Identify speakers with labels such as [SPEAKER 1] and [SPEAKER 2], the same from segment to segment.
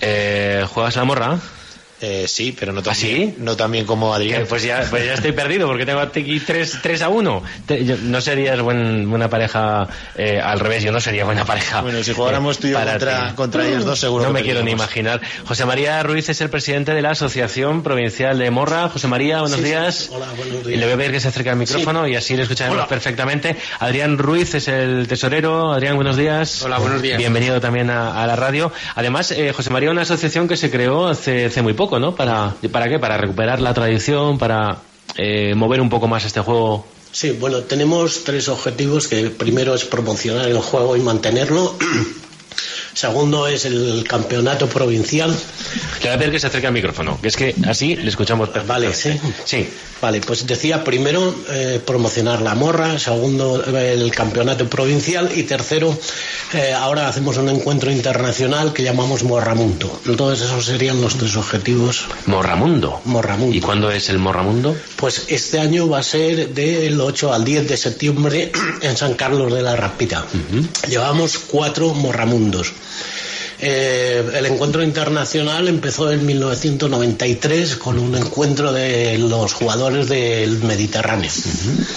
[SPEAKER 1] Eh, ¿Juegas la morra?
[SPEAKER 2] Eh, sí, pero no tan,
[SPEAKER 1] ¿Ah, sí?
[SPEAKER 2] bien, no tan bien como Adrián.
[SPEAKER 1] Eh, pues, ya, pues ya estoy perdido porque tengo aquí 3, a 1. no serías buen- buena pareja eh, al revés, yo no sería buena pareja.
[SPEAKER 2] Bueno, si jugáramos tú y yo
[SPEAKER 1] para
[SPEAKER 2] contra-
[SPEAKER 1] ti.
[SPEAKER 2] contra ellos dos, seguro
[SPEAKER 1] No
[SPEAKER 2] que
[SPEAKER 1] me quiero ni
[SPEAKER 2] perdíamos.
[SPEAKER 1] imaginar. José María Ruiz es el presidente de la Asociación Provincial de Morra. José María, buenos
[SPEAKER 3] Sí, sí.
[SPEAKER 1] días.
[SPEAKER 3] Hola, buenos
[SPEAKER 1] Y
[SPEAKER 3] días.
[SPEAKER 1] le voy a pedir que se acerque al micrófono y así le escucharemos
[SPEAKER 3] Hola.
[SPEAKER 1] perfectamente. Adrián Ruiz es el tesorero. Adrián, buenos días.
[SPEAKER 4] Hola, buenos días.
[SPEAKER 1] Bienvenido también a, a la radio. Además, eh, José María, una asociación que se creó hace, hace muy poco, ¿no? ¿Para, ¿Para qué? Para recuperar la tradición, para eh, mover un poco más este juego.
[SPEAKER 3] Sí, bueno, tenemos tres objetivos, que primero es promocionar el juego y mantenerlo. Segundo es el campeonato provincial.
[SPEAKER 1] Le voy a pedir que se acerque al micrófono, que es que así le escuchamos
[SPEAKER 3] Vale,
[SPEAKER 1] perfectamente.
[SPEAKER 3] sí.
[SPEAKER 1] Sí.
[SPEAKER 3] Vale, pues decía primero eh, promocionar la morra, segundo eh, el campeonato provincial y tercero eh, ahora hacemos un encuentro internacional que llamamos Morramundo. Entonces esos serían los tres objetivos.
[SPEAKER 1] Morramundo.
[SPEAKER 3] Morramundo.
[SPEAKER 1] ¿Y cuándo es el Morramundo?
[SPEAKER 3] Pues este año va a ser del 8 al 10 de septiembre en San Carlos de la Raspita. Llevamos cuatro morramundos. Eh, el encuentro internacional empezó en 1993 con un encuentro de los jugadores del Mediterráneo,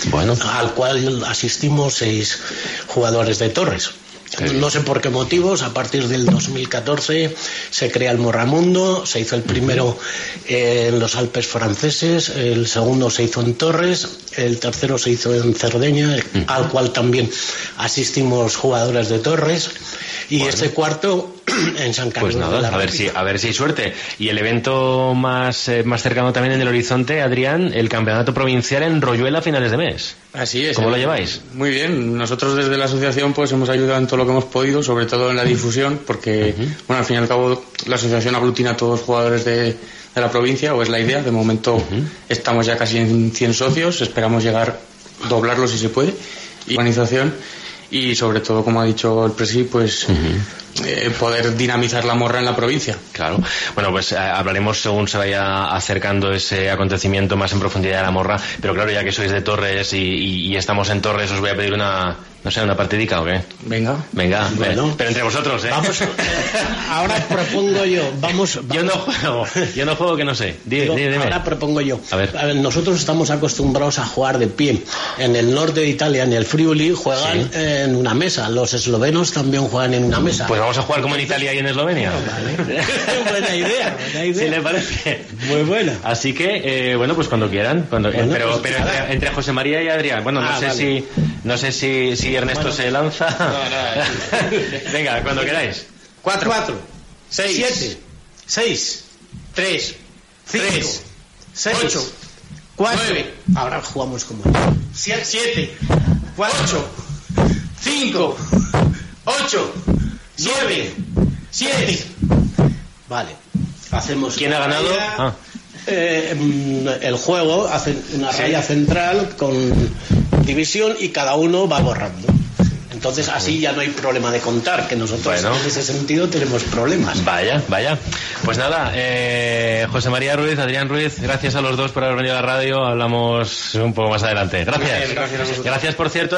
[SPEAKER 1] Bueno.
[SPEAKER 3] al cual asistimos seis jugadores de Torres. No sé por qué motivos, a partir del 2014 se crea el Morramundo, se hizo el primero eh, en los Alpes franceses, el segundo se hizo en Torres, el tercero se hizo en Cerdeña, al cual también asistimos jugadores de Torres, y este cuarto en San
[SPEAKER 1] Pues
[SPEAKER 3] Carlos. de
[SPEAKER 1] nada,
[SPEAKER 3] la
[SPEAKER 1] a ver
[SPEAKER 3] Ribera.
[SPEAKER 1] si, a ver si hay suerte. Y el evento más, eh, más cercano también en el horizonte, Adrián, el campeonato provincial en Royuela a finales de mes.
[SPEAKER 4] Así es.
[SPEAKER 1] ¿Cómo lo
[SPEAKER 4] Eh,
[SPEAKER 1] lleváis?
[SPEAKER 4] Muy bien. Nosotros desde la asociación pues hemos ayudado en todo lo que hemos podido, sobre todo en la difusión, porque bueno, al fin y al cabo la asociación aglutina a todos los jugadores de, de la provincia, o es la idea. De momento estamos ya casi en 100 socios, esperamos llegar, doblarlo si se puede, y organización. Y sobre todo, como ha dicho el presi, pues eh, poder dinamizar la morra en la provincia.
[SPEAKER 1] Claro. Bueno, pues eh, hablaremos según se vaya acercando ese acontecimiento más en profundidad de la morra. Pero claro, ya que sois de Torres y, y- y estamos en Torres, os voy a pedir una, no sé, una partidica o qué.
[SPEAKER 4] Venga.
[SPEAKER 1] Venga,
[SPEAKER 3] Bueno.
[SPEAKER 1] pero, pero entre vosotros, ¿eh?
[SPEAKER 3] Vamos, ahora propongo yo, vamos,
[SPEAKER 1] Yo no juego, yo no juego que no sé. Di-
[SPEAKER 3] Digo,
[SPEAKER 1] di- dime.
[SPEAKER 3] Ahora propongo yo.
[SPEAKER 1] A ver.
[SPEAKER 3] nosotros estamos acostumbrados a jugar de pie. En el norte de Italia, en el Friuli, juegan
[SPEAKER 1] Sí.
[SPEAKER 3] eh, en una mesa. Los eslovenos también juegan en una mesa.
[SPEAKER 1] Pues vamos a jugar como en Italia y en Eslovenia.
[SPEAKER 3] Buena idea, buena idea.
[SPEAKER 1] Si le parece.
[SPEAKER 3] Muy buena.
[SPEAKER 1] Así que, eh, bueno, pues cuando quieran. Cuando, eh,
[SPEAKER 3] Bueno,
[SPEAKER 1] pero
[SPEAKER 3] pues
[SPEAKER 1] pero
[SPEAKER 3] nada.
[SPEAKER 1] entre, entre José María y Adrián. Bueno, no
[SPEAKER 3] Ah,
[SPEAKER 1] sé
[SPEAKER 3] vale.
[SPEAKER 1] si no sé si, si Ernesto se lanza. Venga, cuando queráis.
[SPEAKER 3] Cuatro. Cuatro. Seis. Siete. Seis. Tres. Cinco. Seis. Ocho. Cuatro.
[SPEAKER 5] Nueve.
[SPEAKER 3] Ahora jugamos como...
[SPEAKER 5] 7, 4, 5, 8, 9, 7.
[SPEAKER 3] Vale. Hacemos...
[SPEAKER 1] ¿Quién ha ganado? Ah,
[SPEAKER 3] Eh, mm, el juego hace una raya central con división y cada uno va borrando. Entonces así ya no hay problema de contar, que nosotros
[SPEAKER 1] Bueno.
[SPEAKER 3] en ese sentido tenemos problemas.
[SPEAKER 1] vaya, vaya. Pues nada, eh, José María Ruiz, Adrián Ruiz, gracias a los dos por haber venido a la radio. Hablamos un poco más adelante. Gracias.
[SPEAKER 4] Gracias, gracias a vosotros.
[SPEAKER 1] Gracias, por cierto.